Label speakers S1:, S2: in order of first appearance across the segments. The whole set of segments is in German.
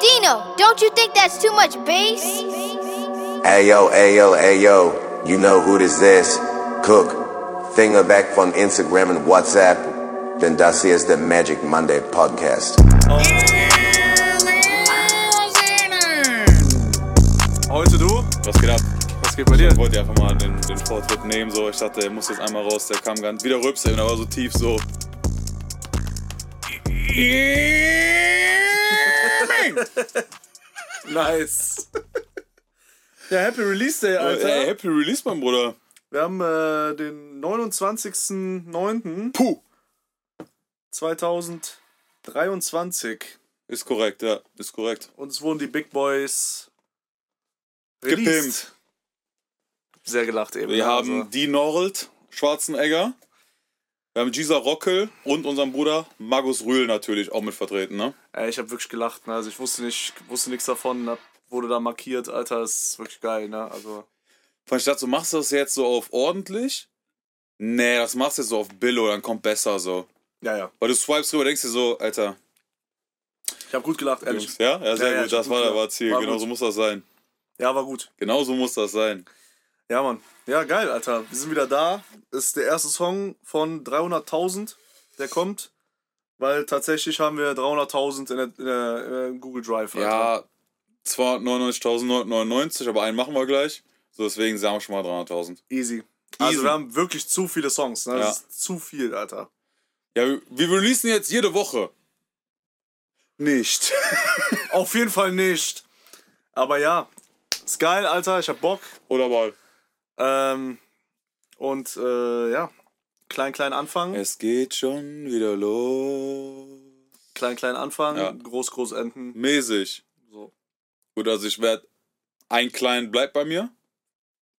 S1: Dino, don't you think that's too much bass?
S2: Ayo, ayo, ayo, you know who this is. Cook, finger back from Instagram and WhatsApp. Denn das hier ist der Magic Monday Podcast.
S3: Heute du?
S4: Was geht ab?
S3: Was geht bei dir?
S4: Ich wollte einfach mal den, den Vortritt nehmen, so. Ich dachte, er muss jetzt einmal raus. Der kam ganz wieder rübseln, aber so tief, so.
S3: Nice. Äh, Ja, Happy Release Day, Alter.
S4: Ey, happy Release, mein Bruder.
S3: Wir haben äh, den 29.09.
S4: Puh.
S3: 2023
S4: Ist korrekt, ja. Ist korrekt.
S3: uns wurden die Big Boys
S4: Gepimpt.
S3: Sehr gelacht eben.
S4: Wir
S3: ja,
S4: haben
S3: also.
S4: die Norrelt, Schwarzenegger. Wir haben Gisa Rockel und unseren Bruder Magus Rühl natürlich auch mit vertreten, ne?
S3: Ey, ich habe wirklich gelacht, ne? Also ich wusste nicht, wusste nichts davon, hab, wurde da markiert, Alter, ist wirklich geil, ne? Also
S4: Fand ich dachte, so machst du das jetzt so auf ordentlich? Nee, das machst du jetzt so auf Billo, dann kommt besser so.
S3: ja, ja.
S4: Weil du swipes rüber, denkst dir so, Alter,
S3: Ich habe gut gelacht, ehrlich.
S4: Jungs, ja? Ja, sehr
S3: Ja, ja,
S4: gut, das
S3: gut,
S4: war
S3: ja.
S4: war Ziel,
S3: War
S4: genau
S3: gut.
S4: so muss das sein.
S3: Ja, war gut.
S4: Genau so muss das sein.
S3: Ja, Mann. Ja, geil, Alter. Wir sind wieder da. Ist der erste Song von 300.000, der kommt. Weil tatsächlich haben wir 300.000 in der, in der äh, Google Drive. Alter.
S4: Ja, 299.999, aber einen machen wir gleich. So, deswegen sagen wir schon mal 300.000.
S3: Easy. Also,
S4: Easy.
S3: wir haben wirklich zu viele Songs. Ne? Das
S4: Ja.
S3: ist zu viel, Alter.
S4: Ja, wir- wir releasen jetzt jede Woche.
S3: Nicht. Auf jeden Fall nicht. Aber ja, ist geil, Alter. Ich hab Bock.
S4: Oder mal.
S3: Ähm, und äh, ja, klein, klein anfangen.
S4: Es geht schon wieder los.
S3: Klein, klein anfangen.
S4: Ja.
S3: Groß, groß enden.
S4: Mäßig.
S3: So.
S4: Gut, also ich werde. Ein klein bleibt bei mir.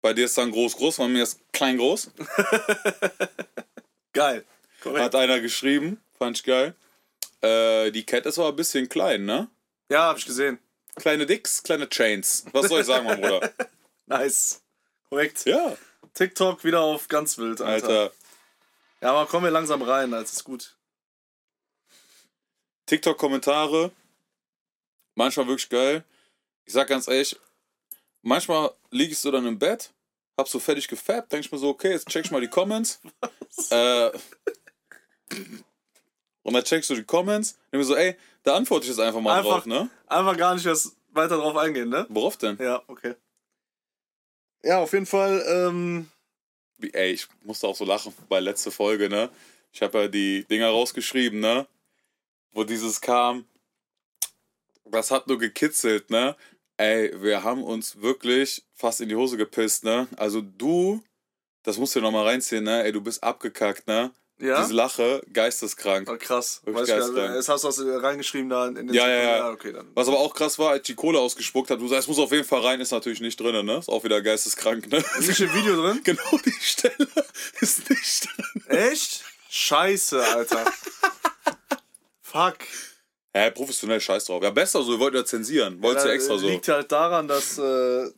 S4: Bei dir ist dann groß, groß, bei mir ist klein, groß.
S3: Geil. Korrekt.
S4: Hat einer geschrieben. Fand ich geil. Äh, die Cat ist aber ein bisschen klein, ne?
S3: Ja, hab ich gesehen.
S4: Kleine Dicks, kleine Chains. Was soll ich sagen, mein Bruder?
S3: Nice. Korrekt.
S4: Ja,
S3: TikTok wieder auf ganz wild, Alter.
S4: Alter.
S3: Ja, aber kommen wir langsam rein, Alter. Ist gut.
S4: TikTok-Kommentare. Manchmal wirklich geil. Ich sag ganz ehrlich, manchmal liege ich so dann im Bett, hab so fertig gefappt, denk ich mir so, okay, jetzt check ich mal die Comments. äh, und dann checkst du die Comments, denk mir so, ey, da antworte ich jetzt einfach mal
S3: Einfach-
S4: drauf, ne?
S3: Einfach gar nicht erst weiter drauf eingehen, ne?
S4: Worauf denn?
S3: Ja, okay. Ja, auf jeden Fall, ähm,
S4: Wie, ey, ich musste auch so lachen bei letzter Folge, ne? Ich habe ja die Dinger rausgeschrieben, ne? Wo dieses kam, das hat nur gekitzelt, ne? Ey, wir haben uns wirklich fast in die Hose gepisst, ne? Also du, das musst du dir nochmal reinziehen, ne? Ey, du bist abgekackt, ne?
S3: ja.
S4: Diese Lache, geisteskrank.
S3: War krass.
S4: Wirklich
S3: Weiß ich gar nicht. äh,
S4: geisteskrank.
S3: Jetzt hast du das reingeschrieben da in den
S4: Ja, ja, ja.
S3: okay, dann.
S4: Was aber auch krass war, als ich die Kohle ausgespuckt hat, du sagst, es muss auf jeden Fall rein, ist natürlich nicht drin, ne? Ist auch wieder geisteskrank, ne?
S3: Ist nicht im Video drin?
S4: genau die Stelle ist nicht drin.
S3: Echt? Scheiße, Alter. Fuck.
S4: Hä, professionell, scheiß drauf. Ja, besser so, ihr wollt ja zensieren. Wollt ihr
S3: Da,
S4: extra
S3: äh,
S4: so.
S3: Liegt halt daran, dass äh,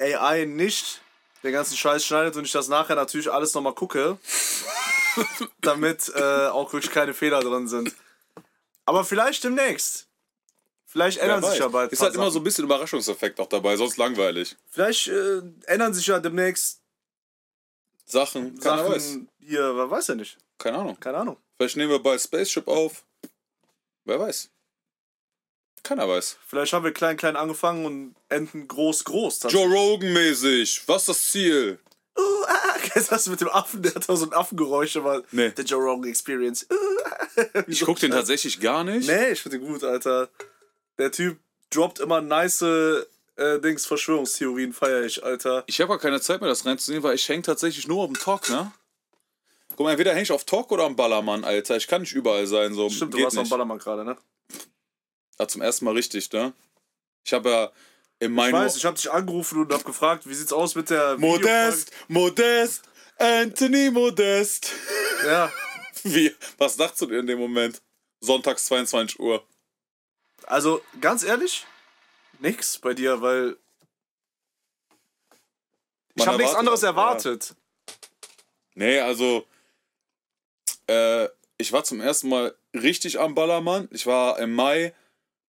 S3: AI nicht den ganzen Scheiß schneidet und ich das nachher natürlich alles nochmal gucke, damit äh, auch wirklich keine Fehler drin sind. Aber vielleicht demnächst. Vielleicht
S4: Wer
S3: ändern sich
S4: weiß.
S3: ja bald.
S4: Ist
S3: ein
S4: halt
S3: paar
S4: immer so
S3: Sachen.
S4: ein bisschen Überraschungseffekt auch dabei, sonst langweilig.
S3: Vielleicht äh, ändern sich ja demnächst
S4: Sachen, keine, Ahnung. weiß.
S3: Sachen hier, wer weiß ja nicht.
S4: keine Ahnung.
S3: Keine Ahnung.
S4: Vielleicht nehmen wir bald Spaceship auf. Wer weiß. Keiner weiß.
S3: Vielleicht haben wir klein, klein angefangen und enden groß, groß. Das-
S4: Joe Rogan-mäßig. Was ist das Ziel?
S3: Uh, ah, kennst du das mit dem Affen? Der hat da so ein Affengeräusch, aber
S4: Nee.
S3: der Joe Rogan Experience. Uh, ah.
S4: Ich guck den tatsächlich gar nicht.
S3: Nee, ich finde den gut, Alter. Der Typ droppt immer nice äh, Dings, Verschwörungstheorien feier ich, Alter.
S4: Ich habe gar keine Zeit mehr, das reinzunehmen, weil ich hänge tatsächlich nur auf dem Talk, ne? Guck mal, entweder häng ich auf Talk oder am Ballermann, Alter. Ich kann nicht überall sein, so.
S3: Stimmt, du
S4: Geht
S3: warst
S4: nicht.
S3: am Ballermann gerade, ne?
S4: Ja, zum ersten Mal richtig, ne? Ich habe ja in meinem.
S3: Ich weiß, ich hab dich angerufen und hab gefragt, wie sieht's aus mit der
S4: Modest, Modest, Anthony Modest.
S3: Videofolge? Ja.
S4: Wie? Was dachtest du dir in dem Moment? Sonntags 22 Uhr.
S3: Also, ganz ehrlich, nix bei dir, weil ich
S4: Man
S3: habe nichts
S4: erwartet-
S3: anderes erwartet.
S4: Ja. Nee, also. Äh, ich war zum ersten Mal richtig am Ballermann. Ich war im Mai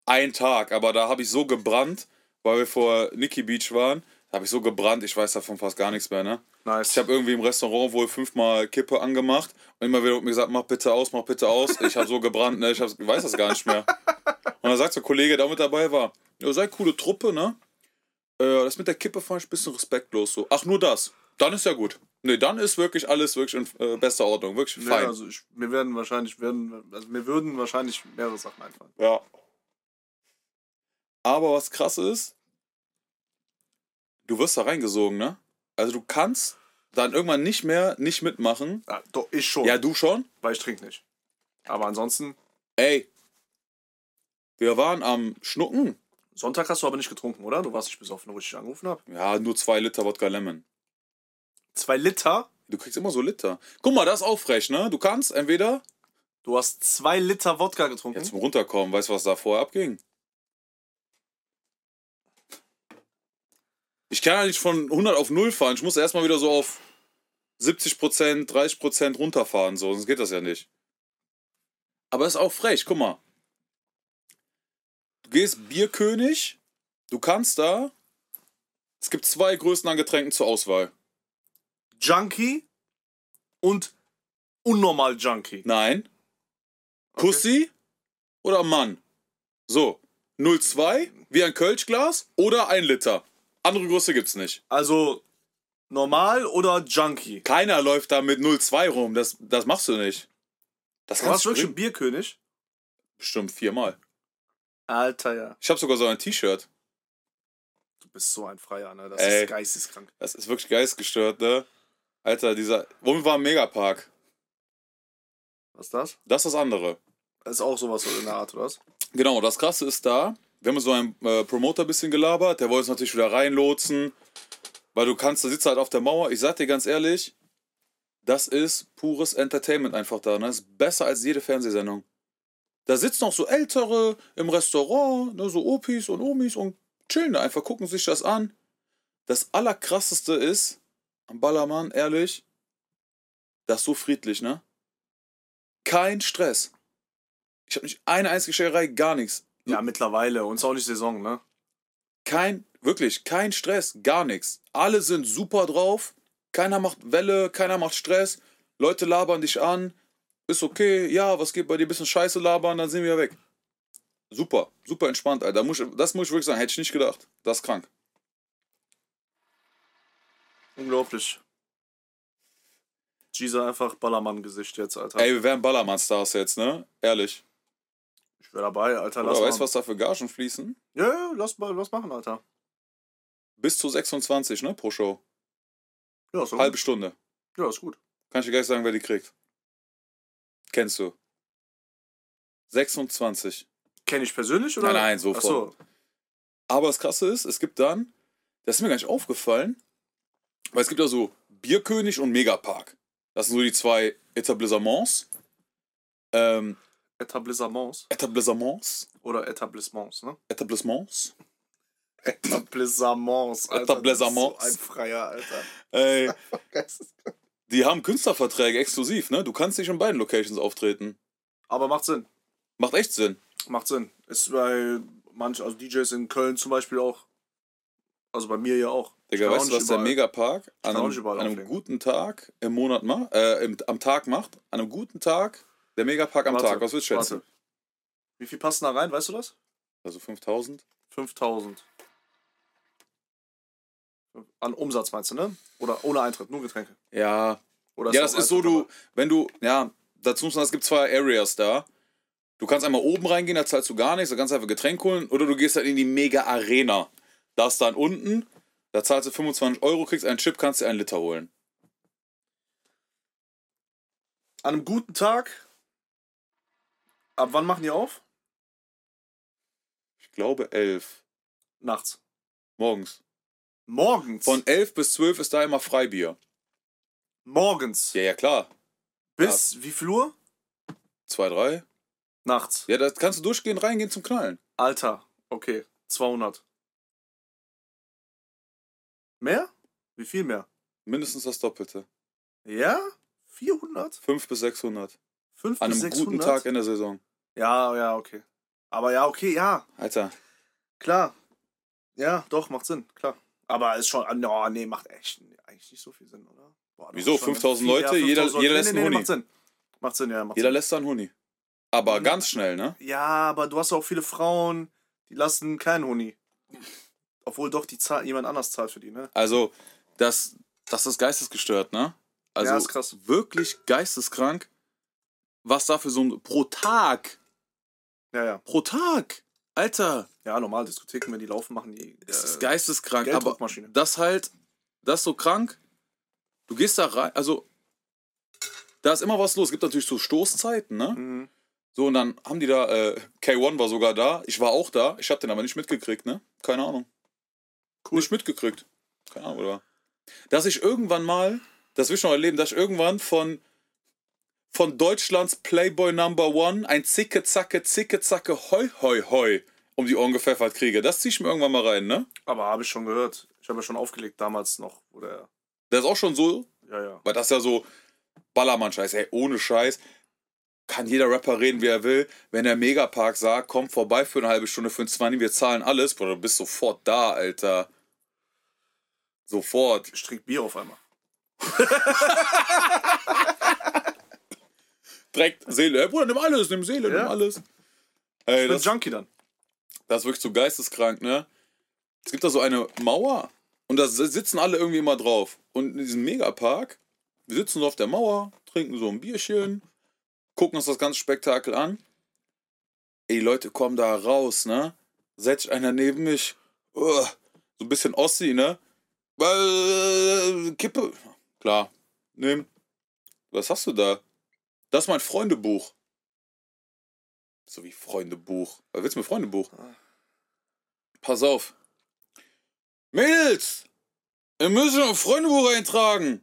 S4: ein Tag, aber da habe ich so gebrannt, weil wir vor Nikki Beach waren, habe ich so gebrannt, ich weiß davon fast gar nichts mehr, ne?
S3: Nice.
S4: Ich habe irgendwie im Restaurant wohl fünfmal Kippe angemacht und immer wieder mit mir gesagt, mach bitte aus, mach bitte aus. Ich habe so gebrannt, ne? Ich hab's, weiß das gar nicht mehr. Und dann sagt der Kollege, der auch mit dabei war, ihr seid coole Truppe, ne? Äh, das mit der Kippe fand ich ein bisschen respektlos so. Ach, nur das. Dann ist ja gut. Nee, dann ist wirklich alles wirklich in äh, bester Ordnung, wirklich
S3: Nee,
S4: fein.
S3: also ich, mir werden wahrscheinlich werden, also mir würden wahrscheinlich mehrere Sachen einfallen.
S4: Ja. Aber was krass ist, du wirst da reingesogen, ne? Also du kannst dann irgendwann nicht mehr nicht mitmachen.
S3: Ah, doch, ich schon,
S4: Ja, du schon?
S3: weil ich trinke nicht. Aber ansonsten,
S4: Ey. Wir waren am Schnucken.
S3: Sonntag hast du aber nicht getrunken, oder? Du warst nicht besoffen, wo ich dich angerufen habe.
S4: Ja, nur zwei Liter Wodka Lemon.
S3: Zwei Liter?
S4: Du kriegst immer so Liter. Guck mal, das ist auch frech, ne? Du kannst entweder
S3: Du hast zwei Liter Wodka getrunken?
S4: jetzt zum Runterkommen, weißt du, was da vorher abging? Ich kann ja nicht von 100 auf 0 fahren. Ich muss erstmal wieder so auf 70%, 30% runterfahren, so. Sonst geht das ja nicht. Aber ist auch frech, guck mal. Du gehst Bierkönig, du kannst da. Es gibt zwei Größen an Getränken zur Auswahl.
S3: Junkie und unnormal Junkie.
S4: Nein. Pussy oder Mann. So. 02, wie ein Kölschglas oder ein Liter. Andere Größe gibt's nicht.
S3: Also normal oder Junkie?
S4: Keiner läuft da mit 02 rum. Das, das machst du nicht. Das
S3: Du warst
S4: kannst du
S3: wirklich ein
S4: bringen.
S3: Bierkönig?
S4: bestimmt viermal.
S3: Alter, ja.
S4: Ich habe sogar so ein T-Shirt.
S3: Du bist so ein Freier, ne? Das
S4: Ey.
S3: ist geisteskrank.
S4: Das ist wirklich geistgestört, ne? Alter, dieser. Womit war im Megapark?
S3: Was ist das?
S4: Das ist das andere.
S3: Das ist auch sowas so in der Art, oder was?
S4: Genau, das Krasse ist da, wir haben mit so einem äh, Promoter ein bisschen gelabert, der wollte uns natürlich wieder reinlotsen, weil du kannst, da sitzt halt auf der Mauer. Ich sag dir ganz ehrlich, das ist pures Entertainment einfach da. Ne? Das ist besser als jede Fernsehsendung. Da sitzen auch so Ältere im Restaurant, ne, so Opis und Omis und chillen da einfach, gucken sich das an. Das Allerkrasseste ist, am Ballermann, ehrlich, das ist so friedlich, ne? Kein Stress. Ich habe nicht eine einzige Scherei, gar nichts.
S3: Ja, mittlerweile. Und ist auch nicht Saison, ne?
S4: Kein, wirklich, kein Stress, gar nichts. Alle sind super drauf. Keiner macht Welle, keiner macht Stress. Leute labern dich an. Ist okay, ja, was geht bei dir? Bisschen Scheiße labern, dann sind wir weg. Super, super entspannt, Alter. Muss, ich- das muss ich wirklich sagen, hätte ich nicht gedacht. Das ist krank.
S3: Unglaublich. Giza einfach Ballermann-Gesicht jetzt, Alter.
S4: Ey, wir wären Ballermann-Stars jetzt, ne? Ehrlich.
S3: Ich wäre dabei, Alter. Lass
S4: Oder weißt du,
S3: mal.
S4: was da für Gagen fließen?
S3: Ja, ja, lass mal, lass machen, Alter.
S4: Bis zu 26, ne, pro Show.
S3: Ja, ist doch
S4: Halbe
S3: gut.
S4: Stunde.
S3: Ja, ist gut.
S4: Kann ich dir gleich sagen, wer die kriegt. Kennst du. 26.
S3: Kenne ich persönlich, oder?
S4: Nein, nein, so
S3: Ach
S4: von-
S3: so.
S4: Aber das Krasse ist, es gibt dann, das ist mir gar nicht aufgefallen, weil es gibt ja so Bierkönig und Megapark. Das sind so die zwei Etablissements. Ähm,
S3: Etablissements
S4: Etablissements?
S3: oder Etablissements, ne?
S4: Etablissements?
S3: Etablissements, Alter.
S4: Etablissements.
S3: Du bist So ein Freier, Alter.
S4: Ey,
S3: Oh,
S4: die haben Künstlerverträge exklusiv, ne? Du kannst nicht in beiden Locations auftreten.
S3: Aber macht Sinn.
S4: Macht echt Sinn.
S3: Macht Sinn. Ist bei manch, also DJs in Köln zum Beispiel auch. Also bei mir ja auch.
S4: Digga,
S3: Ich kann
S4: weißt
S3: auch
S4: du, was
S3: nicht
S4: der
S3: überall-
S4: Megapark an
S3: kann auch nicht
S4: einem,
S3: überall
S4: an einem
S3: auflegen.
S4: guten Tag im Monat macht, äh, im, am Tag macht? An einem guten Tag, der Megapark am
S3: Warte,
S4: Tag, was willst du schätzen?
S3: warte. Wie viel passen da rein, weißt du das?
S4: Also 5000?
S3: 5000. An Umsatz meinst du, ne? Oder ohne Eintritt, nur Getränke.
S4: Ja,
S3: Oder
S4: ja,
S3: da
S4: das
S3: auch
S4: ist so,
S3: Eintritt
S4: du, wenn du, ja, dazu muss man, es gibt zwei Areas da. Du kannst einmal oben reingehen, da zahlst du gar nichts, da kannst du einfach Getränk holen. Oder du gehst halt in die Mega-Arena. Da ist dann unten, da zahlst du 25 Euro, kriegst einen Chip, kannst dir einen Liter holen.
S3: dabei? An einem guten Tag. Ab wann machen die auf?
S4: Ich glaube 11.
S3: Nachts.
S4: Morgens.
S3: Morgens.
S4: Von 11 bis 12 ist da immer Freibier.
S3: Morgens.
S4: Ja, ja, klar.
S3: Bis wie viel Uhr?
S4: 2, 3.
S3: Nachts.
S4: Ja, das kannst du durchgehen, reingehen zum Knallen.
S3: Alter, okay. 200. Mehr? Wie viel mehr?
S4: Mindestens das Doppelte.
S3: Ja? 400?
S4: 5 bis 600.
S3: 5
S4: An
S3: bis
S4: einem
S3: 600?
S4: guten Tag in der Saison.
S3: Ja, ja, okay. Aber ja, okay, ja,
S4: Alter.
S3: klar. Ja, doch, macht Sinn, klar. Aber ist schon, ah, no, nee, macht echt eigentlich nicht so viel Sinn, oder? Boah, doch,
S4: Wieso?
S3: ist schon
S4: 5000
S3: ganz viel.
S4: Leute, jeder-
S3: 5000 Leute.
S4: jeder lässt einen
S3: macht Sinn. Macht Sinn, ja, macht
S4: Jeder
S3: Sinn.
S4: lässt dann Huni. Aber ganz schnell, ne?
S3: Ja, aber du hast auch viele Frauen, die lassen keinen Honig. Obwohl doch die Zahl, jemand anders zahlt für die, ne?
S4: Also, das, das ist geistesgestört, ne? Also,
S3: Ja, ist krass.
S4: wirklich geisteskrank, was da für so ein. Pro Tag!
S3: Ja, ja.
S4: Pro Tag! Alter!
S3: Ja, normal, Diskotheken, wenn die laufen, machen die.
S4: Es ist
S3: äh,
S4: geisteskrank, aber
S3: Gelddruckmaschine.
S4: das halt, das ist so krank. Du gehst da rein, also da ist immer was los. Es gibt natürlich so Stoßzeiten, ne?
S3: Mhm.
S4: So und dann haben die da, äh, K1 war sogar da, ich war auch da, ich hab den aber nicht mitgekriegt, ne? Keine Ahnung. Cool. Nicht mitgekriegt. Keine Ahnung, oder? Dass ich irgendwann mal, das will ich noch erleben, dass ich irgendwann von von Deutschlands Playboy Number One ein zicke zacke zicke zacke hoi hoi hoi um die Ohren gepfeffert kriege. Das zieh ich mir irgendwann mal rein, ne?
S3: Aber habe ich schon gehört. Ich habe ja schon aufgelegt damals noch, wo der.
S4: Das ist auch schon so,
S3: Ja, ja.
S4: weil das ist ja so Ballermann-Scheiß, ey, ohne Scheiß. Kann jeder Rapper reden, wie er will. Wenn der Megapark sagt, komm vorbei für eine halbe Stunde, für ein 20, wir zahlen alles, Bruder, du bist sofort da, Alter. Sofort.
S3: Ich trinke Bier auf einmal.
S4: Direkt Seele. Ey, Bruder, nimm alles, nimm Seele,
S3: Ja.
S4: nimm alles. Ey,
S3: Ich bin
S4: das,
S3: Junkie dann.
S4: das ist wirklich so geisteskrank, ne? Es gibt da so eine Mauer und da sitzen alle irgendwie immer drauf. Und in diesem Megapark, wir sitzen so auf der Mauer, trinken so ein Bierchen, gucken uns das ganze Spektakel an. Ey, die Leute kommen da raus, ne? Setzt sich einer neben mich. Uah, so ein bisschen Ossi, ne? Äh, Kippe. Klar. Nimm. Was hast du da? Das ist mein Freundebuch. So wie Freundebuch. Was willst du mit Freundebuch? Pass auf. Mädels! Ihr müsst euch ein Freundebuch eintragen.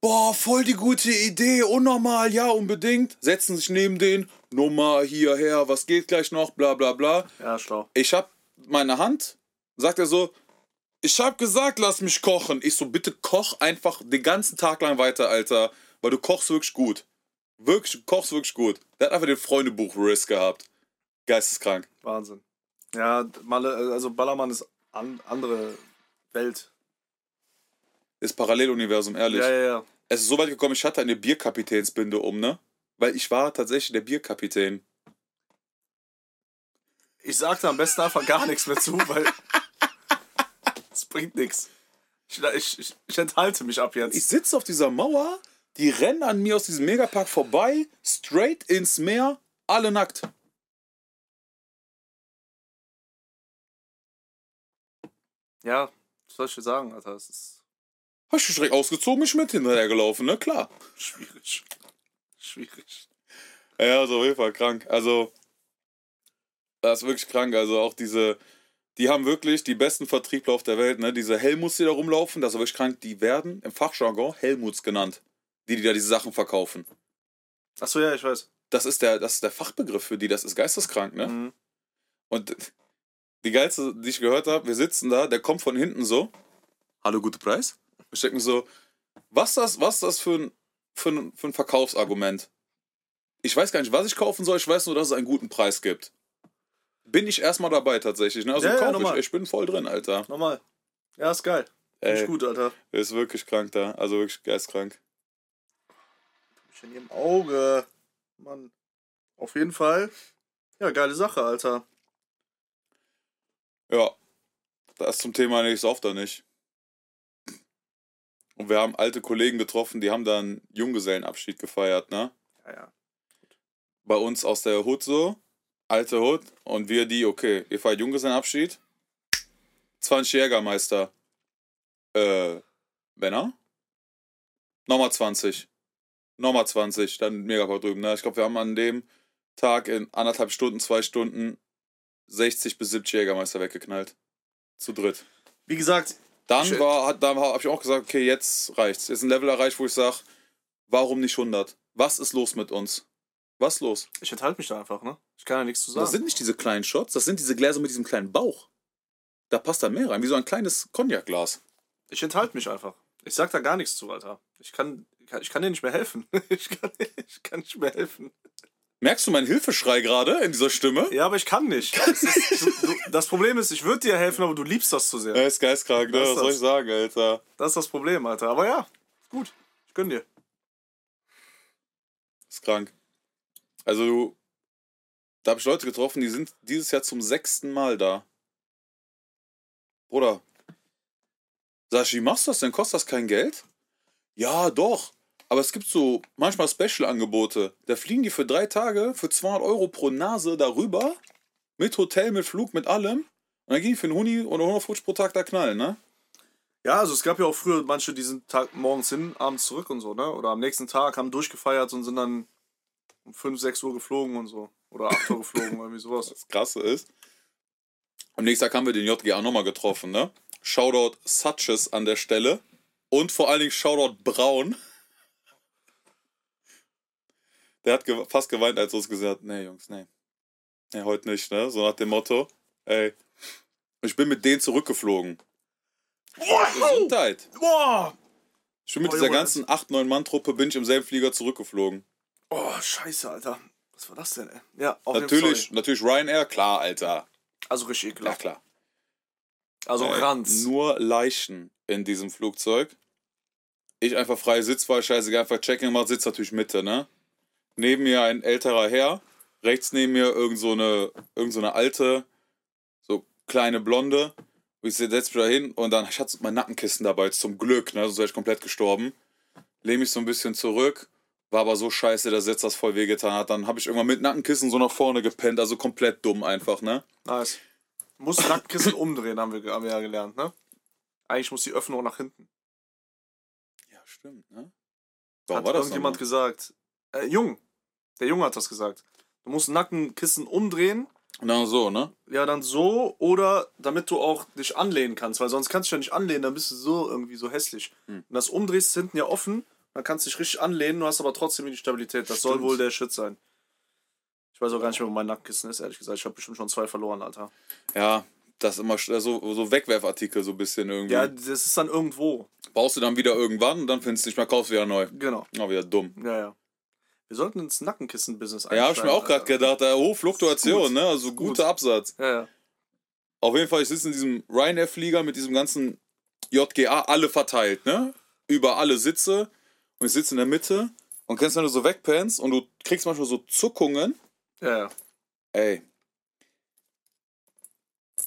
S4: Boah, voll die gute Idee. Unnormal, ja, unbedingt. Setzen sich neben den. Nummer hierher, was geht gleich noch, bla bla bla
S3: Ja, schlau.
S4: ich hab meine Hand, sagt er so, ich hab gesagt, lass mich kochen. Ich so, bitte koch einfach den ganzen Tag lang weiter, Alter, weil du kochst wirklich gut. Wirklich, du kochst wirklich gut. Der hat einfach den Freundebuch-Riss gehabt. Geisteskrank.
S3: Wahnsinn. Ja, Malle, also Ballermann ist an, andere Welt.
S4: Ist Paralleluniversum, ehrlich.
S3: Ja, ja, ja.
S4: Es ist so weit gekommen, ich hatte eine Bierkapitänsbinde um, ne? Weil ich war tatsächlich der Bierkapitän.
S3: Ich sagte am besten einfach gar nichts mehr zu, weil. Es bringt nichts. Ich, ich, ich, ich enthalte mich ab
S4: Ich
S3: jetzt.
S4: sitze auf dieser Mauer, die rennen an mir aus diesem Megapark vorbei, straight ins Meer, alle nackt.
S3: Ja, was soll ich dir sagen, Alter? Es ist
S4: Hab ich direkt ausgezogen, mich mit hinterhergelaufen, ne? Klar.
S3: schwierig. Schwierig.
S4: Ja, also auf jeden Fall krank. Also, das ist wirklich krank. Also auch diese, die haben wirklich die besten Vertriebler auf der Welt, ne? Diese Helmuts, die da rumlaufen, das ist wirklich krank. Die werden im Fachjargon Helmuts genannt, die, die da diese Sachen verkaufen.
S3: Achso, ja, ich weiß.
S4: Das ist der, das ist der Fachbegriff für die, das ist geisteskrank, ne?
S3: Mhm.
S4: Und die geilste, die ich gehört habe, wir sitzen da, der kommt von hinten so. Hallo, guter Preis. Ich denke mir so, was das, was das für ein, für, ein, für ein Verkaufsargument? Ich weiß gar nicht, was ich kaufen soll, ich weiß nur, dass es einen guten Preis gibt. Bin ich erstmal dabei tatsächlich. Ne? Also
S3: Ja, ja,
S4: kauf
S3: normal.
S4: ich, ich bin voll drin, Alter.
S3: Nochmal. Ja, ist geil. Finde
S4: Ey,
S3: ich gut, Alter.
S4: ist wirklich krank da. Also wirklich geistkrank.
S3: Ich in ihrem Auge. Mann. Auf jeden Fall. Ja, geile Sache, Alter.
S4: Ja. Das zum Thema nicht, sauf da nicht. Und wir haben alte Kollegen getroffen, die haben da einen Junggesellenabschied gefeiert, ne?
S3: Ja, ja.
S4: bei uns aus der Hood so, alte Hood, und wir die, okay, ihr feiert Junggesellenabschied, 20 Jägermeister, äh, Männer, nochmal 20, nochmal 20, dann Megapark drüben, ne? Ich glaube, wir haben an dem Tag in anderthalb Stunden, zwei Stunden 60 bis 70 Jägermeister weggeknallt. Zu dritt.
S3: Wie gesagt,
S4: Dann
S3: Schön.
S4: war, hat, dann habe ich auch gesagt, okay, jetzt reicht's. Jetzt ist ein Level erreicht, wo ich sage, warum nicht 100? Was ist los mit uns? Was los?
S3: ich enthalte mich da einfach, ne? Ich kann ja nichts zu sagen.
S4: Das sind nicht diese kleinen Shots, das sind diese Gläser mit diesem kleinen Bauch. Da passt da mehr rein, wie so ein kleines Cognac-Glas.
S3: ich enthalte mich einfach. Ich sag da gar nichts zu, Alter. Ich kann, ich kann dir nicht mehr helfen. Ich kann, ich kann nicht mehr helfen.
S4: Merkst du meinen Hilfeschrei gerade in dieser Stimme?
S3: Ja, aber ich kann nicht. Das, ist, du, du, das Problem ist, ich würde dir helfen, aber du liebst das zu
S4: Ja,
S3: sehr.
S4: ist geistkrank, ne?
S3: Was
S4: Was,
S3: ist
S4: soll
S3: das?
S4: ich sagen, Alter?
S3: Das ist das Problem, Alter. Aber ja, gut. Ich gönn dir.
S4: Ist krank. Also, du. Da habe ich Leute getroffen, die sind dieses Jahr zum sechsten Mal da. Bruder. Sag ich, wie machst du das denn? Kostet das kein Geld? Ja, doch. Aber es gibt so manchmal Special-Angebote. Da fliegen die für drei Tage für 200 Euro pro Nase darüber. Mit Hotel, mit Flug, mit allem. Und dann gehen die für einen Huni oder 150 pro Tag da knallen, ne?
S3: Ja, also es gab ja auch früher manche, die sind Tag morgens hin, abends zurück und so, ne? Oder am nächsten Tag haben durchgefeiert und sind dann um 5, 6 Uhr geflogen und so. Oder 8 Uhr geflogen, irgendwie sowas.
S4: Das Krasse ist, am nächsten Tag haben wir den JGA nochmal getroffen, ne? Shoutout Satches an der Stelle und vor allen Dingen Shoutout Braun. Der hat ge fast geweint, als er uns gesagt hat, nee, Jungs, nee. Nee, heute nicht, ne? So nach dem Motto, ey, ich bin mit denen zurückgeflogen. Gesundheit.
S3: Boah!
S4: Ich bin mit
S3: Oh,
S4: dieser
S3: Junge.
S4: ganzen 8-9-Mann-Truppe bin ich im selben Flieger zurückgeflogen.
S3: Oh, scheiße, Alter. Was war das denn, ey? Ja, auf jeden Fall,
S4: Natürlich,
S3: sorry.
S4: natürlich Ryanair, klar, Alter.
S3: Also richtig
S4: Ja,
S3: ekelhaft.
S4: klar.
S3: Also
S4: Äh,
S3: Ranz.
S4: Nur Leichen in diesem Flugzeug. Ich einfach frei Sitz war, scheißegal, einfach Check-in gemacht, sitzt natürlich Mitte, ne? Neben mir ein älterer Herr, rechts neben mir irgend so eine, irgend so eine alte, so kleine Blonde. Und Ich setze mich da hin und dann, ich hatte mein Nackenkissen dabei, zum Glück, ne? Sonst wäre ich komplett gestorben. Lehne mich so ein bisschen zurück, war aber so scheiße, dass jetzt das voll wehgetan hat. Dann habe ich irgendwann mit Nackenkissen so nach vorne gepennt, also komplett dumm einfach, ne?
S3: Nice. Muss Nackkissen umdrehen, haben wir, haben wir ja gelernt, ne? Eigentlich muss die Öffnung nach hinten.
S4: Ja, stimmt, ne?
S3: hat irgendjemand
S4: nochmal?
S3: gesagt. Äh, Jung. Der Junge hat das gesagt. Du musst Nackenkissen umdrehen,
S4: Na so, ne?
S3: ja dann so, oder damit du auch dich anlehnen kannst, weil sonst kannst du dich ja nicht anlehnen, dann bist du so irgendwie so hässlich.
S4: Hm.
S3: Wenn das umdrehst, ist hinten ja offen, dann kannst du dich richtig anlehnen, du hast aber trotzdem die Stabilität. Das soll
S4: Stimmt.
S3: wohl der Shit sein. Ich weiß auch gar nicht mehr, wo mein Nackenkissen ist, ehrlich gesagt. Ich habe bestimmt schon zwei verloren, Alter.
S4: Mhm. Ja, das immer sch- so, so Wegwerfartikel, so ein bisschen irgendwie.
S3: Ja, das ist dann irgendwo.
S4: Baust du dann wieder irgendwann und dann findest du nicht mehr, kaufst wieder neu.
S3: Genau.
S4: Na, wieder dumm.
S3: Ja, ja. Wir sollten ins Nackenkissen-Business
S4: Ja, hab ich mir auch gerade
S3: Alter.
S4: gedacht, äh, oh, Fluktuation,
S3: Gut.
S4: ne? Also guter Absatz.
S3: Ja, ja.
S4: Auf jeden Fall, ich sitze in diesem Ryanair-Flieger mit diesem ganzen JGA, alle verteilt, ne? Über alle Sitze. Und ich sitze in der Mitte und kennst, wenn du so wegpennst und du kriegst manchmal so Zuckungen.
S3: ja, ja.
S4: Ey.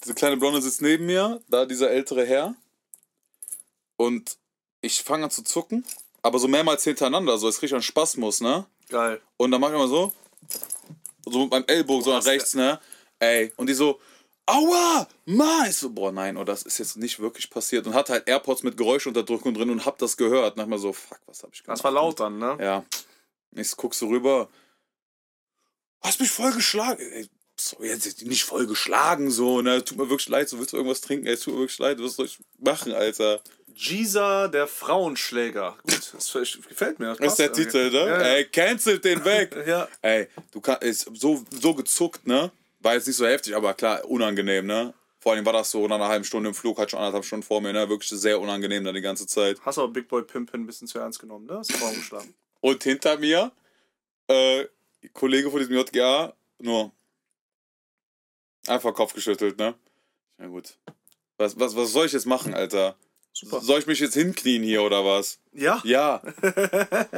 S4: Diese kleine Blonde sitzt neben mir, da dieser ältere Herr. Und ich fange an zu zucken, aber so mehrmals hintereinander, so, jetzt krieg ich einen Spasmus, ne?
S3: Geil.
S4: Und dann mach ich immer so, so mit meinem Ellbogen so nach
S3: hast du-
S4: rechts, ne? Ey. Und die so, aua, ma! Ich so, boah, nein, oh, das ist jetzt nicht wirklich passiert. Und hatte halt Airpods mit Geräuschunterdrückung drin und hab das gehört. Und dachte mir so, fuck, was hab ich gemacht?
S3: Das war laut dann, ne?
S4: Ja. Ich guckst du rüber. Hast mich voll geschlagen. Ey, So, jetzt nicht voll geschlagen, so, ne? Tut mir wirklich leid, so willst du irgendwas trinken? Ey, es tut mir wirklich leid, was soll ich machen, Alter?
S3: Gisa, der Frauenschläger. Gut, das gefällt mir. Das
S4: Das ist
S3: passt
S4: der
S3: irgendwie.
S4: Titel, ne?
S3: Ja, ja.
S4: Ey, cancelt den weg!
S3: Ja.
S4: Ey, du kannst, ist so, so gezuckt, ne? War jetzt nicht so heftig, aber klar, unangenehm, ne? Vor allem war das so nach einer halben Stunde im Flug, hat schon anderthalb Stunden vor mir, ne? Wirklich sehr unangenehm dann die ganze Zeit.
S3: Hast aber Big Boy Pimpin ein bisschen zu ernst genommen, ne? Hast du geschlagen.
S4: Und hinter mir, äh, Kollege von diesem JGA, nur einfach Kopf geschüttelt, ne? Na gut. Was, was, was soll ich jetzt machen, Alter?
S3: Super.
S4: Soll ich mich jetzt hinknien hier oder was?
S3: Ja?
S4: Ja.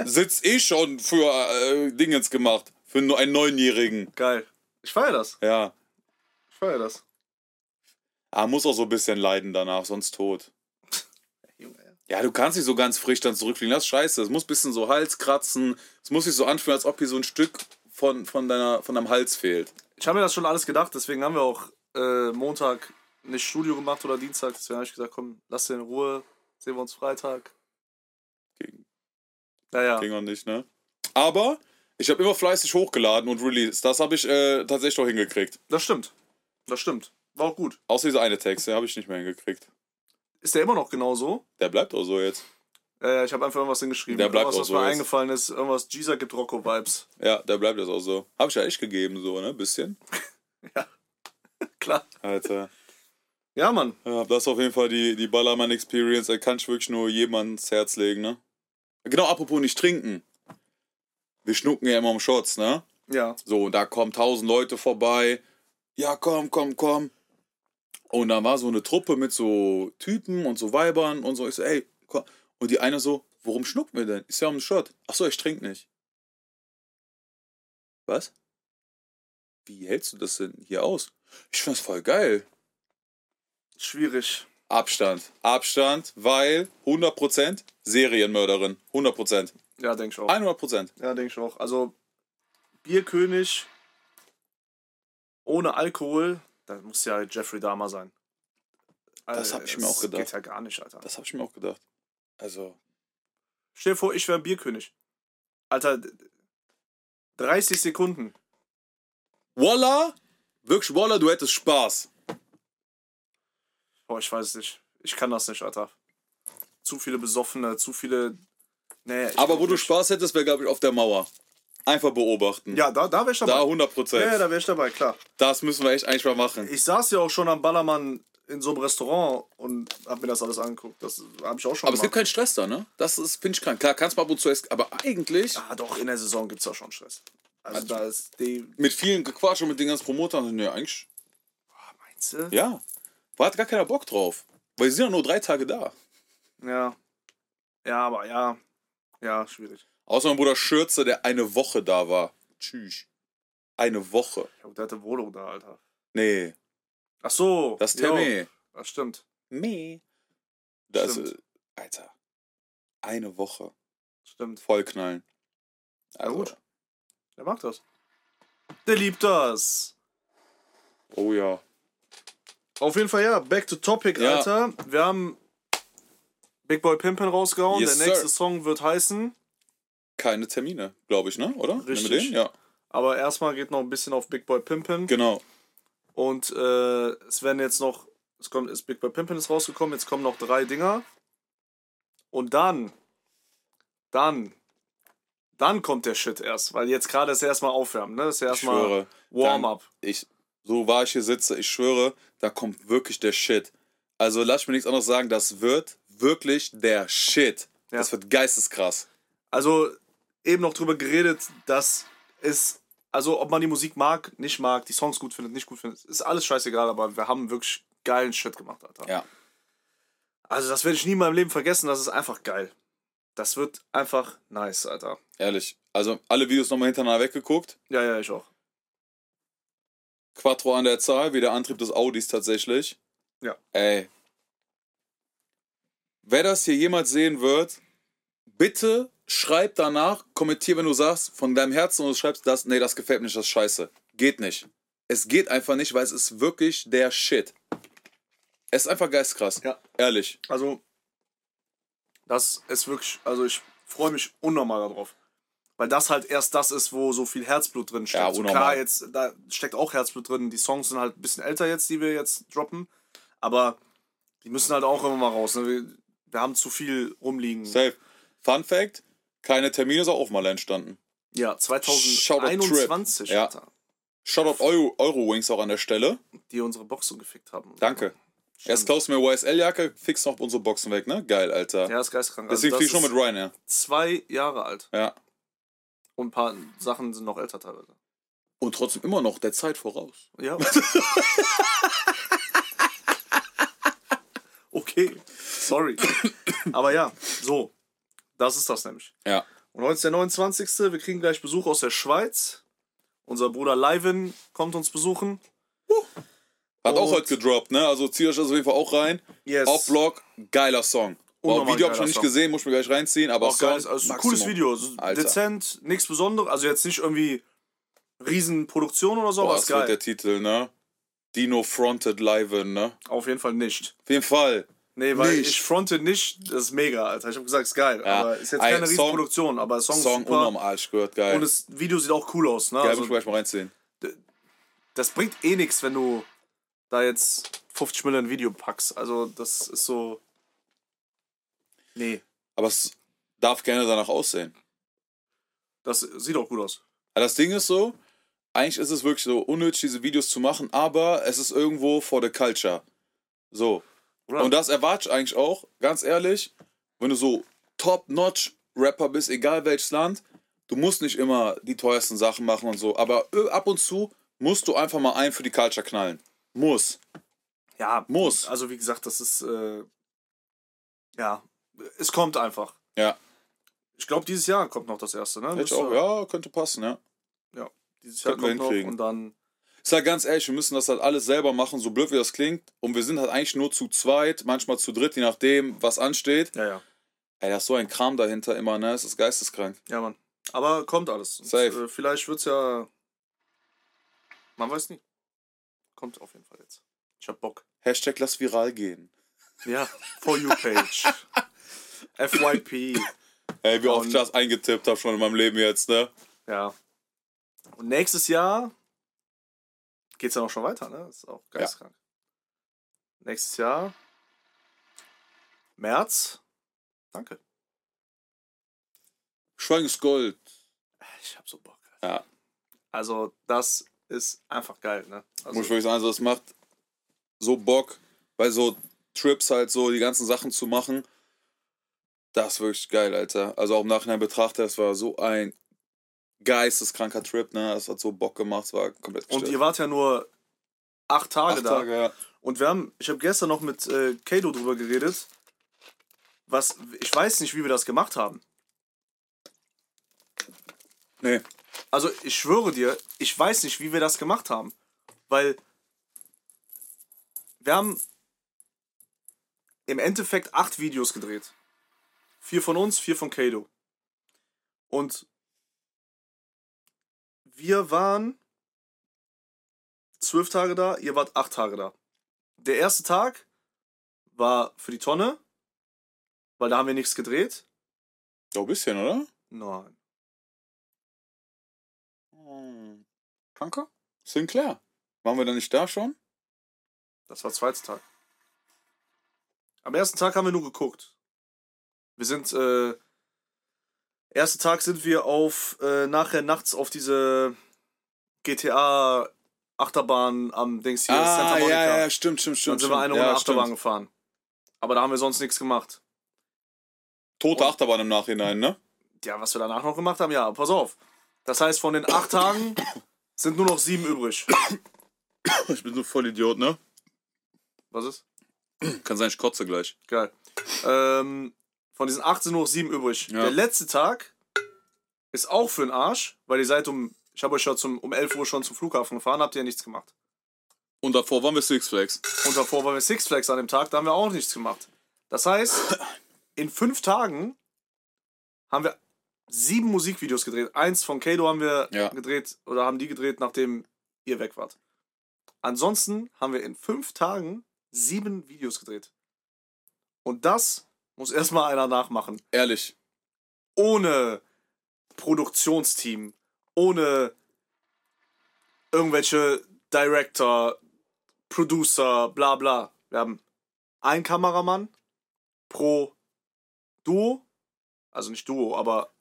S4: Sitz ich schon für äh, Dingens gemacht. Für nur einen Neunjährigen.
S3: Geil. Ich feier das.
S4: Ja.
S3: Ich feier das.
S4: Ah, muss auch so ein bisschen leiden danach, sonst tot.
S3: Junge.
S4: Ja, du kannst nicht so ganz frisch dann zurückfliegen. Das ist scheiße. Es muss ein bisschen so Hals kratzen. Es muss sich so anfühlen, als ob hier so ein Stück von, von, deiner, von deinem Hals fehlt.
S3: Ich habe mir das schon alles gedacht, deswegen haben wir auch äh, Montag nicht Studio gemacht oder Dienstag. Deswegen habe ich gesagt, komm, lass den in Ruhe. Sehen wir uns Freitag.
S4: Gegen-
S3: Naja.
S4: Ging auch nicht, ne? Aber ich habe immer fleißig hochgeladen und released. Das habe ich äh, tatsächlich auch hingekriegt.
S3: Das stimmt. Das stimmt. War auch gut.
S4: Außer dieser eine Text, den habe ich nicht mehr hingekriegt.
S3: Ist der immer noch genauso?
S4: Der bleibt auch so jetzt.
S3: Ja, ja, ich habe einfach irgendwas hingeschrieben.
S4: Der bleibt
S3: irgendwas,
S4: auch
S3: was
S4: so
S3: mir
S4: jetzt.
S3: eingefallen ist. Irgendwas, Gisa gibt Rocco-Vibes.
S4: Ja, der bleibt jetzt auch so. Habe ich ja echt gegeben, so, ne? Bisschen.
S3: Klar.
S4: Alter.
S3: Ja, Mann.
S4: Ja, das ist auf jeden Fall die, die Ballermann-Experience. Da kann ich wirklich nur jemandem ins Herz legen, ne? Genau, apropos nicht trinken. Wir schnucken ja immer um Shots, ne?
S3: Ja.
S4: So, und da kommen tausend Leute vorbei. Ja, komm, komm, komm. Und dann war so eine Truppe mit so Typen und so Weibern und so. Ich so, ey, komm. Und die eine so, worum schnucken wir denn? Ist ja um einen Shot. Ach so, ich trinke nicht. Was? Wie hältst du das denn hier aus? Ich find's voll geil.
S3: Schwierig.
S4: Abstand. Abstand, weil 100% Serienmörderin. 100%.
S3: Ja, denke ich auch.
S4: 100%.
S3: Ja, denke ich auch. Also, Bierkönig ohne Alkohol, das muss ja Jeffrey Dahmer sein.
S4: Das
S3: Alter,
S4: hab ich
S3: es
S4: mir auch gedacht.
S3: geht ja gar nicht, Alter.
S4: Das habe ich mir auch gedacht. Also,
S3: Stell dir vor, ich wäre Bierkönig. Alter, d- 30 Sekunden.
S4: Walla, wirklich Walla, du hättest Spaß.
S3: Boah, ich weiß es nicht. Ich kann das nicht, Alter. Zu viele Besoffene, zu viele. Nee, ich
S4: Aber
S3: glaub
S4: wo du
S3: nicht.
S4: Spaß hättest, wäre, glaube ich, auf der Mauer. Einfach beobachten.
S3: Ja, da, da wäre ich dabei.
S4: Da 100 Prozent.
S3: Ja, ja, da wäre ich dabei, klar.
S4: das müssen wir echt eigentlich mal machen.
S3: Ich saß ja auch schon am Ballermann in so einem Restaurant und hab mir das alles angeguckt. Das habe ich auch schon
S4: Aber es gibt
S3: gemacht.
S4: keinen Stress da, ne? Das ist, finde ich krank. Klar, kannst mal ab und zu essen, aber eigentlich
S3: Ah, doch, in der Saison gibt's da schon Stress. Also, da ist die.
S4: mit vielen Gequatsch und mit den ganzen Promotern, ne, eigentlich,
S3: Ah, Meinst du?
S4: ja. Da hat gar keiner Bock drauf. Weil sie sind ja nur drei Tage da.
S3: Ja. Ja, aber ja. Ja, schwierig.
S4: Außer mein Bruder Schürze, der eine Woche da war. Tschüss. Eine Woche.
S3: Ich glaub, der hatte Wohnung da, Alter.
S4: Nee,
S3: Ach so.
S4: das ist
S3: jo,
S4: Termin.
S3: Das stimmt.
S4: Me. Das,
S3: Stimmt.
S4: äh, Alter. Eine Woche.
S3: Stimmt.
S4: Vollknallen. Also,
S3: gut. Der mag das. Der liebt das.
S4: Oh ja.
S3: Auf jeden Fall, ja. Back to topic,
S4: Ja.
S3: Alter. Wir haben Big Boy Pimpin rausgehauen.
S4: Yes,
S3: der nächste
S4: sir.
S3: Song wird heißen.
S4: keine Termine, glaube ich, ne? Oder? Nehmen wir
S3: Richtig.
S4: Den? Ja,
S3: Aber erstmal geht noch ein bisschen auf Big Boy Pimpin.
S4: genau.
S3: Und äh, es werden jetzt noch, es kommt, ist Big Boy Pimpin ist rausgekommen, jetzt kommen noch drei Dinger. Und dann, dann, dann kommt der Shit erst, weil jetzt gerade ist ja erstmal aufwärmen, ne? Ist ja
S4: Ich schwöre.
S3: erstmal Warm-up.
S4: Dann- Ich, so war ich hier sitze, ich schwöre, da kommt wirklich der Shit. Also lass mir nichts anderes sagen, das wird wirklich der Shit.
S3: Ja.
S4: Das wird geisteskrass.
S3: Also eben noch drüber geredet, dass es, also ob man die Musik mag, nicht mag, die Songs gut findet, nicht gut findet, ist alles scheißegal, aber wir haben wirklich geilen Shit gemacht, Alter.
S4: Ja.
S3: Also das werde ich nie in meinem Leben vergessen, das ist einfach geil. Das wird einfach nice, Alter.
S4: Ehrlich. Also alle Videos nochmal hintereinander weggeguckt.
S3: Ja, ja, ich auch.
S4: Quattro an der Zahl, wie der Antrieb des Audis tatsächlich.
S3: Ja.
S4: Ey. Wer das hier jemals sehen wird, bitte schreib danach, kommentier, wenn du sagst, von deinem Herzen und du schreibst, das, nee, das gefällt mir nicht, das ist scheiße. Geht nicht. Es geht einfach nicht, weil es ist wirklich der Shit. Es ist einfach geistkrass.
S3: Ja.
S4: Ehrlich.
S3: Also, das ist wirklich, also ich freue mich unnormal darauf. Weil das halt erst das ist, wo so viel Herzblut drin steckt.
S4: Ja,
S3: so
S4: unnormal.
S3: klar, jetzt, da steckt auch Herzblut drin. Die Songs sind halt ein bisschen älter jetzt, die wir jetzt droppen. Aber die müssen halt auch immer mal raus. Ne? Wir, wir haben zu viel rumliegen.
S4: Safe. Fun Fact: Keine Termine ist auch mal entstanden.
S3: ja,
S4: Shoutout
S3: 2021,
S4: Trip. Ja.
S3: Alter,
S4: Shoutout Euro, Eurowings auch an der Stelle.
S3: die unsere Boxen gefickt haben.
S4: Danke. Erst klaust du mir YSL-Jacke, fix noch unsere Boxen weg, ne? Geil, Alter.
S3: Ja, ist geistkrank.
S4: Deswegen
S3: das
S4: fliege ich schon
S3: ist
S4: mit Ryanair.
S3: zwei Jahre alt.
S4: Ja.
S3: Und ein paar Sachen sind noch älter teilweise.
S4: Und trotzdem immer noch der Zeit voraus.
S3: Ja. okay, sorry. Aber ja, so. Das ist das nämlich.
S4: Ja.
S3: Und heute ist der 29. Wir kriegen gleich Besuch aus der Schweiz. Unser Bruder Leivin kommt uns besuchen.
S4: Hat auch
S3: Und-
S4: heute gedroppt, ne? Also zieht euch das auf jeden Fall auch rein.
S3: Yes.
S4: Auf Blog, geiler Song. Wow,
S3: Unnormal
S4: Video habe ich noch
S3: geiler
S4: nicht
S3: Song.
S4: gesehen, muss ich mir gleich reinziehen, aber
S3: Auch
S4: Song,
S3: geil. Also es ist ein
S4: Maximum.
S3: cooles Video. Es ist
S4: Alter.
S3: Dezent, nichts Besonderes. Also jetzt nicht irgendwie Riesenproduktion oder so,
S4: Boah,
S3: aber
S4: das
S3: ist
S4: wird
S3: geil.
S4: der Titel, ne? Dino Fronted Live, ne?
S3: Auf jeden Fall nicht.
S4: Auf jeden Fall.
S3: Nee, weil
S4: Nicht.
S3: ich fronte nicht. Das ist mega, Alter. Ich habe gesagt, es ist geil.
S4: Ja.
S3: Aber ist jetzt
S4: Ey,
S3: keine
S4: Song-
S3: Riesenproduktion, aber der Song,
S4: Song
S3: ist super.
S4: unnormal, ich gehört, geil.
S3: Und das Video sieht auch cool aus, ne?
S4: geil,
S3: also,
S4: muss ich mir gleich mal reinziehen.
S3: das bringt eh nichts, wenn du da jetzt 50 Millionen ein Video packst. Also, das ist so. Nee.
S4: Aber es darf gerne danach aussehen.
S3: Das sieht auch gut aus.
S4: Aber das Ding ist so, eigentlich ist es wirklich so unnötig, diese Videos zu machen, aber es ist irgendwo for the culture. So.
S3: Oder?
S4: Und das erwarte ich eigentlich auch, ganz ehrlich, wenn du so Top-Notch-Rapper bist, egal welches Land, du musst nicht immer die teuersten Sachen machen und so, aber ö, ab und zu musst du einfach mal einen für die Culture knallen. Muss.
S3: Ja,
S4: Muss.
S3: also wie gesagt, das ist äh, ja, es kommt einfach.
S4: Ja.
S3: Ich glaube, dieses Jahr kommt noch das erste, ne?
S4: Hätte ich auch, ja, könnte passen, ja.
S3: Dieses Jahr
S4: Könnten wir
S3: kommt noch
S4: hinkriegen.
S3: und dann
S4: Ist halt ganz ehrlich, wir müssen das halt alles selber machen, so blöd wie das klingt. Und wir sind halt eigentlich nur zu zweit, manchmal zu dritt, je nachdem, was ansteht.
S3: ja, ja.
S4: Ey, da ist so ein Kram dahinter immer, ne? Es ist geisteskrank.
S3: Ja, Mann. Aber kommt alles. Und,
S4: Safe.
S3: Äh, vielleicht wird's ja man weiß nie. Kommt auf jeden Fall jetzt. Ich hab Bock.
S4: Hashtag lass viral gehen.
S3: Ja, for you page. FYP.
S4: Ey, wie oft
S3: Und-
S4: ich das eingetippt habe schon in meinem Leben jetzt, ne?
S3: Ja. Und nächstes Jahr geht's dann auch schon weiter, ne? Ist auch geistkrank. Nächstes Jahr März. Danke.
S4: Schweigen ist Gold.
S3: Ich hab so Bock.
S4: Ja.
S3: Also, das ist einfach geil, ne? Also,
S4: Muss ich wirklich sagen, also das macht so Bock, bei so Trips halt so die ganzen Sachen zu machen. Das ist wirklich geil, Alter. Also auch im Nachhinein betrachtet, das war so ein geisteskranker Trip, ne? Das hat so Bock gemacht, es war komplett
S3: und
S4: gestört.
S3: ihr wart ja nur acht Tage
S4: Acht
S3: da.
S4: Tage, ja.
S3: Und wir haben, ich habe gestern noch mit äh, Kado drüber geredet. Was, ich weiß nicht, wie wir das gemacht haben.
S4: Nee,
S3: Also ich schwöre dir, ich weiß nicht, wie wir das gemacht haben. Weil wir haben im Endeffekt acht Videos gedreht. Vier von uns, vier von Kado. Und wir waren zwölf Tage da, ihr wart acht Tage da. Der erste Tag war für die Tonne, weil da haben wir nichts gedreht.
S4: doch ein bisschen, oder?
S3: Nein.
S4: Hm. Danke. Sinclair. Waren wir da nicht da schon?
S3: Das war zweiter Tag. Am ersten Tag haben wir nur geguckt. Wir sind, äh, ersten Tag sind wir auf, äh, nachher nachts auf diese GTA Achterbahn am Dings hier,
S4: ah,
S3: Santa Monica.
S4: ja, ja, stimmt, stimmt,
S3: Dann
S4: stimmt.
S3: sind wir eine
S4: stimmt.
S3: Runde
S4: ja,
S3: Achterbahn
S4: stimmt.
S3: gefahren. Aber da haben wir sonst nichts gemacht.
S4: Tote Achterbahn im Nachhinein, ne?
S3: Ja, was wir danach noch gemacht haben, ja, pass auf. Das heißt, von den acht Tagen sind nur noch sieben übrig.
S4: Ich bin so voll Idiot, ne?
S3: Was ist?
S4: Kann sein, ich kotze gleich.
S3: Geil. Ähm, von diesen 18 nur noch 7 übrig.
S4: Ja.
S3: Der letzte Tag ist auch für den Arsch, weil ihr seid um, ich habe euch ja zum, um 11 Uhr schon zum Flughafen gefahren, habt ihr ja nichts gemacht.
S4: Und davor waren wir Six Flags.
S3: Und davor waren wir Six Flags an dem Tag, da haben wir auch nichts gemacht. Das heißt, in fünf Tagen haben wir sieben Musikvideos gedreht. Eins von Kado haben wir
S4: Ja.
S3: gedreht oder haben die gedreht, nachdem ihr weg wart. Ansonsten haben wir in fünf Tagen sieben Videos gedreht. Und das muss erstmal einer nachmachen.
S4: Ehrlich.
S3: Ohne Produktionsteam, ohne irgendwelche Director, Producer, bla bla. Wir haben einen Kameramann pro Duo. Also nicht Duo, aber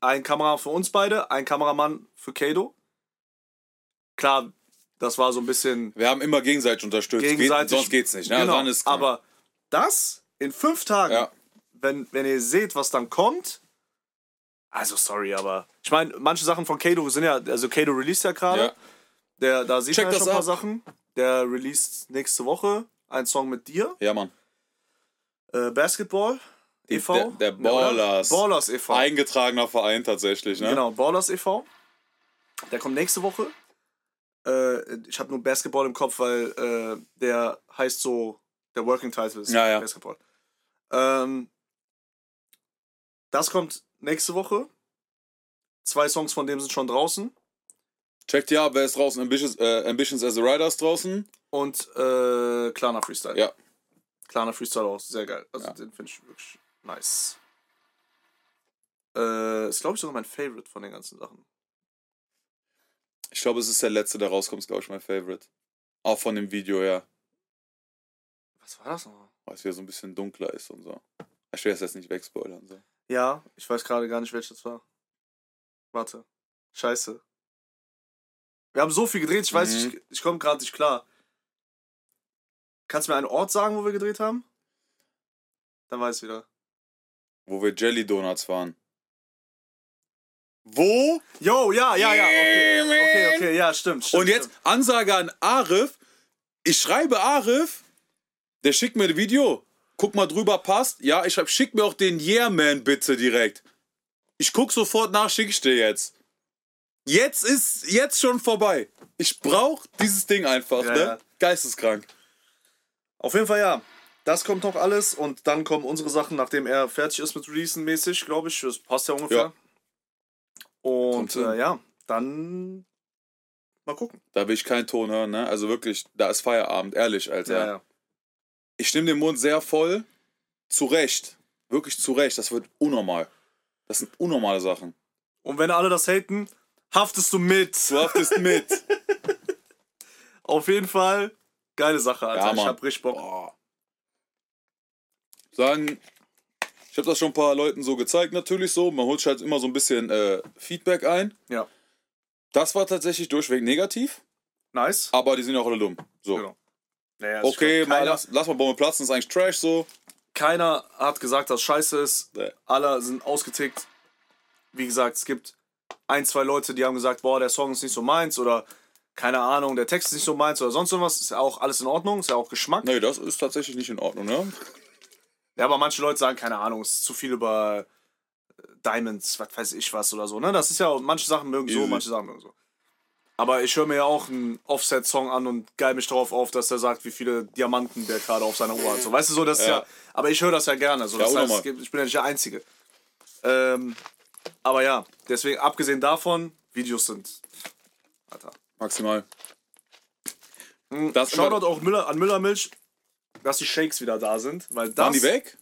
S3: ein Kameramann für uns beide, ein Kameramann für Kado. Klar, das war so ein bisschen
S4: Wir haben immer gegenseitig unterstützt. Geht,
S3: gegenseitig.
S4: sonst geht's nicht. Ne?
S3: Genau,
S4: Dann ist krank.
S3: aber das in fünf Tagen,
S4: Ja.
S3: wenn, wenn ihr seht, was dann kommt. Also sorry, aber ich meine, manche Sachen von Kado sind ja, also Kado released ja gerade.
S4: Ja.
S3: Der, da sieht
S4: Check
S3: man ja
S4: das
S3: schon ein paar
S4: ab.
S3: Sachen. Der released nächste Woche einen Song mit dir,
S4: ja, Mann.
S3: äh, Basketball
S4: Die-
S3: e.V.
S4: der- der
S3: Ne, oder?
S4: Ballers.
S3: Ballers e.V.
S4: Eingetragener Verein tatsächlich, ne?
S3: Genau, Ballers e.V. Der kommt nächste Woche. Äh, ich habe nur Basketball im Kopf, weil äh, der heißt so, der Working Title ist
S4: Ja, ja.
S3: Basketball. Ähm, das kommt nächste Woche. Zwei Songs von dem sind schon draußen.
S4: Checkt ja, wer ist draußen? Ambitions, äh, Ambitions as a Rider ist draußen.
S3: Und äh, Klarna Freestyle.
S4: Ja.
S3: Klarna Freestyle auch, sehr geil. Also
S4: Ja.
S3: den finde ich wirklich nice. Äh, ist, glaube ich, sogar mein Favorite von den ganzen Sachen.
S4: Ich glaube, es ist der letzte, der rauskommt, ist, glaube ich, mein Favorite. Auch von dem Video her,
S3: Was war das nochmal?
S4: weil es wieder so ein bisschen dunkler ist und so. Ich will das jetzt nicht wegspoilern. So.
S3: Ja, ich weiß gerade gar nicht, welches war. Warte. Scheiße. Wir haben so viel gedreht, ich weiß,
S4: Mhm.
S3: ich, ich komme gerade nicht klar. Kannst du mir einen Ort sagen, wo wir gedreht haben? Dann weiß ich wieder.
S4: Wo wir Jelly Donuts waren. Wo?
S3: Yo, ja, ja, ja. Okay,
S4: man.
S3: okay, okay ja, stimmt, stimmt.
S4: Und jetzt
S3: Stimmt.
S4: Ansage an Arif. Ich schreibe Arif, der schickt mir ein Video. Guck mal drüber, passt. Ja, ich schreibe, schick mir auch den Yeah Man bitte direkt. Ich guck sofort nach, schick ich dir jetzt. Jetzt ist jetzt schon vorbei. Ich brauch dieses Ding einfach,
S3: Ja,
S4: ne?
S3: ja.
S4: Geisteskrank.
S3: Auf jeden Fall ja. Das kommt noch alles und dann kommen unsere Sachen, nachdem er fertig ist mit Releasen mäßig, glaube ich. Das passt ja ungefähr.
S4: Ja.
S3: Und
S4: Kommt hin.
S3: äh, ja, dann mal gucken.
S4: Da will ich keinen Ton hören, ne? Also wirklich, da ist Feierabend, ehrlich, Alter.
S3: Ja, ja.
S4: Ich nehme den Mund sehr voll. Zu Recht. Wirklich zu Recht. Das wird unnormal. Das sind unnormale Sachen.
S3: Und wenn alle das haten, haftest du mit.
S4: Du haftest mit.
S3: Auf jeden Fall geile Sache, Alter.
S4: Ja,
S3: ich
S4: Mann.
S3: hab richtig Bock.
S4: Boah. Sagen, ich habe das schon ein paar Leuten so gezeigt, natürlich so. Man holt sich halt immer so ein bisschen äh, Feedback ein.
S3: Ja.
S4: Das war tatsächlich durchweg negativ,
S3: Nice.
S4: aber die sind ja auch alle dumm. So.
S3: Genau. Naja, also ich
S4: Okay,
S3: glaub,
S4: mal,
S3: keiner,
S4: lass, lass mal Bombe platzen, ist eigentlich Trash so.
S3: keiner hat gesagt, dass scheiße ist.
S4: Nee.
S3: Alle sind ausgetickt. Wie gesagt, es gibt ein, zwei Leute, die haben gesagt, boah, der Song ist nicht so meins oder keine Ahnung, der Text ist nicht so meins oder sonst irgendwas. Ist ja auch alles in Ordnung, ist ja auch Geschmack.
S4: Nee, das ist tatsächlich nicht in Ordnung, ne?
S3: Ja, aber manche Leute sagen, keine Ahnung, es ist zu viel über äh, Diamonds, was weiß ich was oder so. Ne? Das ist ja, manche Sachen mögen so,
S4: Easy.
S3: manche Sachen mögen so. Aber ich höre mir ja auch einen Offset-Song an und geil mich drauf auf, dass er sagt, wie viele Diamanten der gerade auf seiner Uhr hat. So, weißt du, so, das ist
S4: Ja.
S3: ja. Aber ich höre das ja gerne. So, das
S4: Ja, auch
S3: heißt, es
S4: nochmal.
S3: gibt- ich bin ja nicht der Einzige. Ähm, aber ja, deswegen, abgesehen davon, Videos sind. Alter.
S4: Maximal.
S3: Das
S4: Das
S3: Shoutout
S4: immer-
S3: auch Müller, an Müllermilch, dass die Shakes wieder da sind. Weil das
S4: Waren die weg?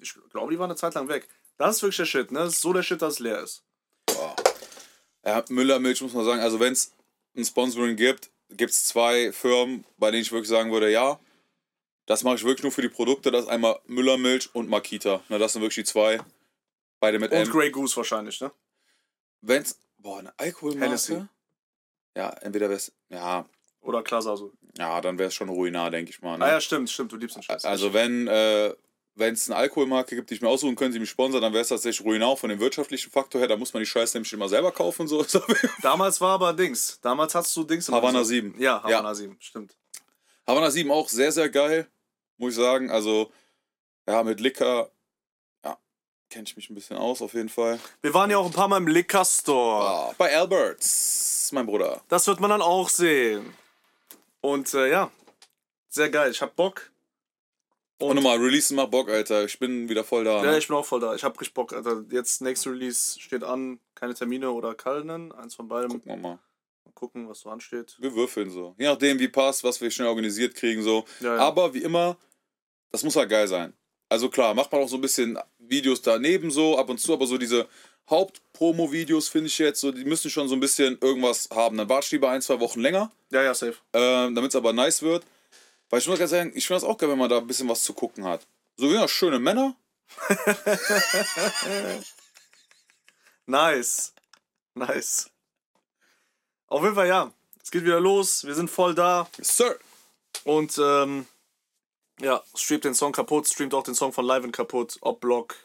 S3: ich glaube, die waren eine Zeit lang weg. Das ist wirklich der Shit, ne? Das ist so der Shit, dass es leer ist.
S4: Ja, Müllermilch muss man sagen, also wenn es ein Sponsoring gibt, gibt es zwei Firmen, bei denen ich wirklich sagen würde, ja, das mache ich wirklich nur für die Produkte. Das ist einmal Müllermilch und Makita. Na, das sind wirklich die zwei. Beide mit
S3: Und
S4: M.
S3: Grey Goose wahrscheinlich, ne?
S4: Wenn's. Boah, eine Alkoholmasse.
S3: Hennessy.
S4: Ja, entweder wär's. Ja,
S3: Oder Klaas also.
S4: ja, dann wär's schon ruinar, denke ich mal. Ne?
S3: Ah ja, stimmt, stimmt, du liebst den Scheiß.
S4: Also wenn äh, wenn es eine Alkoholmarke gibt, die ich mir aussuchen könnte, die mich sponsert, dann wäre es tatsächlich Ruinau von dem wirtschaftlichen Faktor her. Da muss man die Scheiße nämlich immer selber kaufen und so. So.
S3: Damals war aber Dings. Damals hattest du Dings im
S4: Havana
S3: Einsatz.
S4: 7.
S3: Ja, Havana
S4: Ja.
S3: 7, stimmt.
S4: Havana 7 auch sehr, sehr geil, muss ich sagen. Also, ja, mit Licker, ja, kenne ich mich ein bisschen aus auf jeden Fall.
S3: Wir waren ja auch ein paar Mal im Liquor Store.
S4: Ah, bei Alberts, mein Bruder.
S3: Das wird man dann auch sehen. Und äh, ja, sehr geil. Ich hab Bock.
S4: Und nochmal, releasen macht Bock, Alter. Ich bin wieder voll da.
S3: Ja,
S4: Ne?
S3: ich bin auch voll da. Ich hab richtig Bock, Alter. Jetzt, nächste Release steht an. Keine Termine oder Kalnen. Eins von beidem.
S4: Gucken wir mal.
S3: Mal gucken, was so ansteht.
S4: Wir würfeln so. Je nachdem, wie passt, was wir schnell organisiert kriegen, so.
S3: Ja, ja.
S4: Aber wie immer, das muss halt geil sein. Also klar, macht man auch so ein bisschen Videos daneben so, ab und zu, aber so diese Haupt-Promo-Videos finde ich jetzt so, die müssen schon so ein bisschen irgendwas haben. Dann warte ich lieber ein, zwei Wochen länger,
S3: Ja, ja, safe.
S4: ähm, damit es aber nice wird. Weil ich muss ganz sagen, ich finde das auch geil, wenn man da ein bisschen was zu gucken hat. So wie immer schöne Männer.
S3: Nice. Nice. Auf jeden Fall ja. Es geht wieder los. Wir sind voll da.
S4: Yes, Sir.
S3: Und ähm, ja, streamt den Song kaputt, streamt auch den Song von Liven kaputt, Oblock.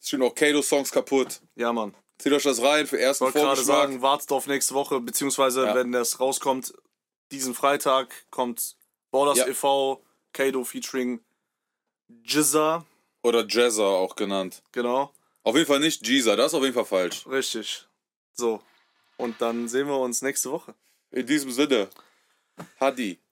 S4: Es stehen auch Kato-Songs kaputt.
S3: Ja, Mann.
S4: Zieht euch das rein für
S3: Ich
S4: ersten
S3: wollte gerade
S4: Vorgeschmack.
S3: sagen, wartet auf nächste Woche, beziehungsweise
S4: Ja.
S3: wenn das rauskommt, diesen Freitag kommt Borders
S4: Ja.
S3: e.V., Kado featuring Jizza.
S4: Oder Jazzer auch genannt.
S3: Genau,
S4: Auf jeden Fall nicht Jeezer, das ist auf jeden Fall falsch.
S3: richtig. So. Und dann sehen wir uns nächste Woche.
S4: In diesem Sinne, Hadi.